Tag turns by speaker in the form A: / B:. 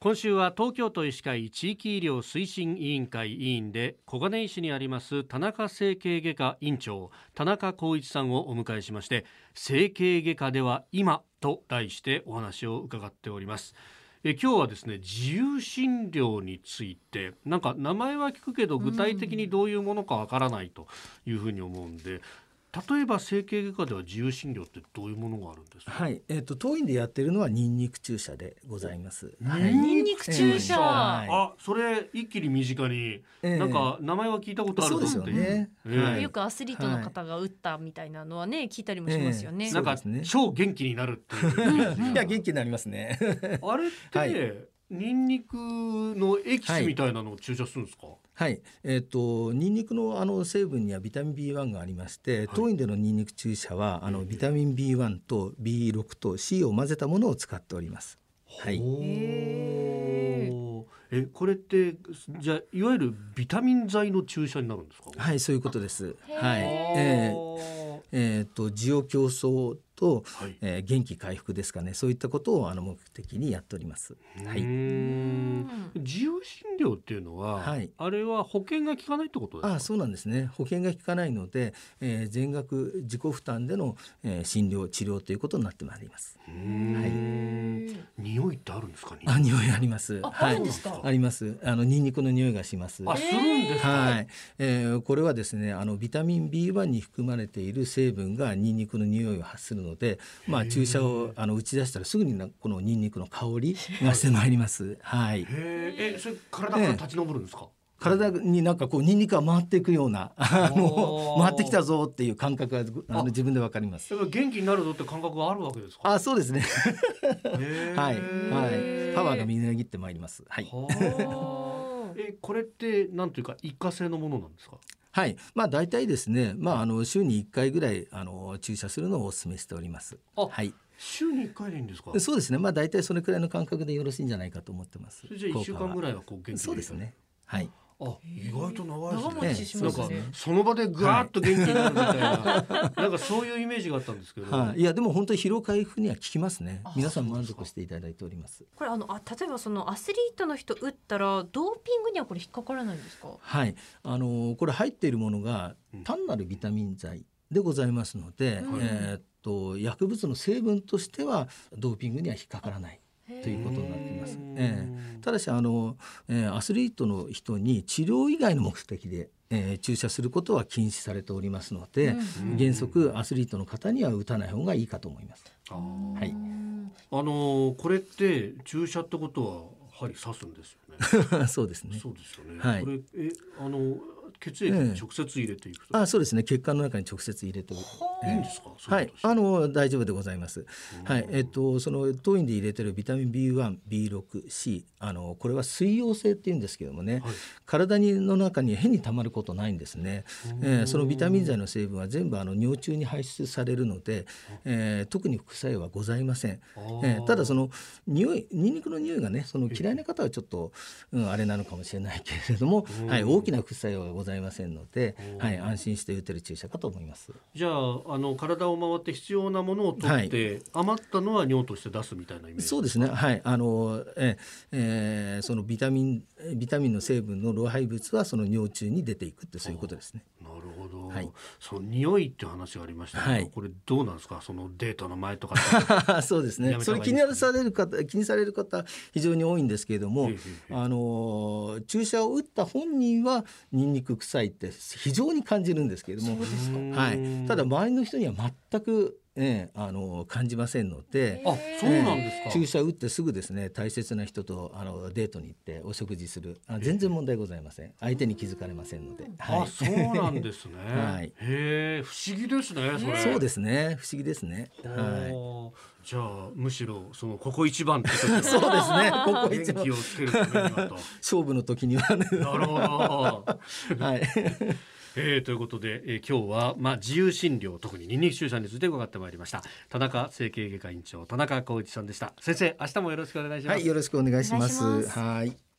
A: 今週は東京都医師会地域医療推進委員会委員で小金井市にあります田中整形外科院長田中浩一さんをお迎えしまして整形外科では今と題してお話を伺っておりますえ今日はですね自由診療についてなんか名前は聞くけど具体的にどういうものかわからないというふうに思うんで、例えば整形外科では自由診療ってどういうものがあるんですか
B: はい、えっ、と当院でやってるのはニンニク注射でございます。
A: ニン
B: はい
A: ニ
C: ニンニク注射、
B: は
A: あ、それ一気に身近に、
B: ええ
A: なんか名前は聞いたことある
B: そ
A: ぞ
B: うで
A: っ
B: すよ
A: ていう。
B: ね。
A: ええ
B: はい
C: よくアスリートの方が打ったみたいなのはね聞いたりもしますよね、
B: ええ
A: なん
B: そう
A: か
B: ですね
A: 超元気になるっていう。
B: いや元気になりますね。
A: あれって、
B: はい
A: ニンニクのエキスみたいなのを注射するんですか。
B: はい、えっ、とニンニクのあの成分にはビタミン B1 がありまして、当院でのニンニク注射はあのビタミン B1 と B6 と C を混ぜたものを使っております。はい
A: ほう
C: へ
A: え、これってじゃあいわゆるビタミン剤の注射になるんですか。
B: はい、そういうことです。
C: へー
B: はい、えーえっ、と需要競争と、
A: はい
B: えー元気回復ですかね、そういったことをあの目的にやっております。は
A: う
B: い。
A: ーん
C: うん
A: 自由診療っていうのは、
B: はい
A: あれは保険が効かないってことですか
B: あ。そうなんですね保険が効かないので、えー全額自己負担での、えー診療治療ということになってまいります
A: うーん匂いってあるんですかね。
B: あ匂いあります
C: あ
B: はい
C: あるんですか
B: ありますあのニンニクの匂いがします
A: あ、
B: は
A: するんですか。
B: い、えーこれはですねあのビタミン B1 に含まれている成分がニンニクの匂いを発するのでまあ注射をあの打ち出したらすぐになこのニンニクの香りがしてまいりますはい
A: へえ、え、それ体から立ち上るんですか。
B: 体になんかこうニンニクが回っていくようなあの
A: おー
B: 回ってきたぞっていう感覚があの自分でわかります
A: やっぱり元気になるぞって感覚があるわけですか。
B: あ、そうですね。
A: へー
B: はい、はい、パワーがみなぎってまいります。はい、
A: はあ
C: おー
A: え、これってなんというか一過性のものなんですか。
B: はい、まあ、大体ですね、まあ、あの週に一回ぐらい、あの注射するのをお勧めしております。
A: あ
B: はい、
A: 週に一回でいいんですか。そ
B: そうですね、まあ、大体それくらいの感覚でよろしいんじゃないかと思ってます。
A: れじゃあ一週間ぐ
B: い。
A: らいはこう元気に
B: そうですね。。はい、
A: あ、意外と長いです
C: 長
A: ね。
C: 持ちします
A: なんか
C: ね
A: その場でぐわっと元気になるみたいな、なんかそういうイメージがあったんですけど。
B: はい、いや、でも、本当に疲労回復には効きますね
C: あ。
B: 皆さん満足していただいております。
C: これあのあ例えばそのアスリートの人打ったらドーピングにはこれ引っかからないんですか
B: はい、あのこれ入っているものが
A: うん
B: 単なるビタミン剤でございますので、
C: うん
B: えーっと薬物の成分としてはドーピングには引っかからない。ということになってます
A: うーん
B: えただしあの、えーアスリートの人に治療以外の目的で、えー注射することは禁止されておりますので、
A: うん
B: 原則アスリートの方には打たない方がいいかと思います。
A: あー
B: はい
A: あのーこれって注射ってことは針刺すんですよ ね。
B: そうですね。
A: そうですよね。
B: はい
A: これえあの血液
B: ええ
A: に直接入れていくと、
B: あ、そうですね。血管の中に直接入れておく
A: いいんですか。そう
B: は
A: う
B: い
A: こ、と
B: あの大丈夫でございます。はい、えっとその当院で入れてるビタミン B1、B6、C、あのこれは水溶性って言うんですけどもね、
A: はい
B: 体にの中に変にたまることないんですね。
A: うん
B: えーそのビタミン剤の成分は全部あの尿中に排出されるので、えー特に副作用はございません。
A: あー
B: えーただその匂いニンニクの匂いがねその嫌いな方はちょっと、うん、あれなのかもしれないけれども、
A: うん
B: はい、大きな副作用はございませんので
A: うん、
B: はい、安心して打てる注射かと思います。
A: じゃああの体を回って必要なものを取って、余ったのは尿として出すみたいなイメージ。
B: そうですね。はい、あのええーそのビタミンビタミンの成分の老廃物はその尿中に出ていくってそういうこと ですね。
A: なるほど。
B: はい
A: その匂いって話がありましたけど、
B: はい
A: これどうなんですか。そのデートの前 とかって。
B: そうですね
A: や。めた
B: そ
A: 方
B: れ
A: がいい
B: 気
A: ですね
B: にされる方気にされる方非常に多いんですけれども
A: ええ、ええ
B: あの注射を打った本人はニンニク臭いって非常に感じるんですけれども、は
A: うん
B: い。ただ周りの人には全く、えーあの感じませんので。
A: あ、そうなんですか。
B: 注射打ってすぐですね大切な人とあのデートに行ってお食事するあ全然問題ございません相手に気づかれませんので、は
A: あ、
B: い、
A: そうなんですね。
B: はい
A: へえ、不思議ですね。それ。
B: そうですね不思議ですねはい
A: はい、じゃあむしろそのここ一番ってことで
B: そうですねここ一
A: 元
B: 番
A: 気をつけるためにはと。
B: 勝負の時にはね
A: なるほど。
B: はい
A: えー、ということで、えー、今日は、まあ、自由診療特にニンニク注射について伺ってまいりました田中整形外科院長田中浩一さんでした先生明日もよろしくお願いします、
B: はいよろしくお願いしま
C: お願い
B: す
C: します
B: はい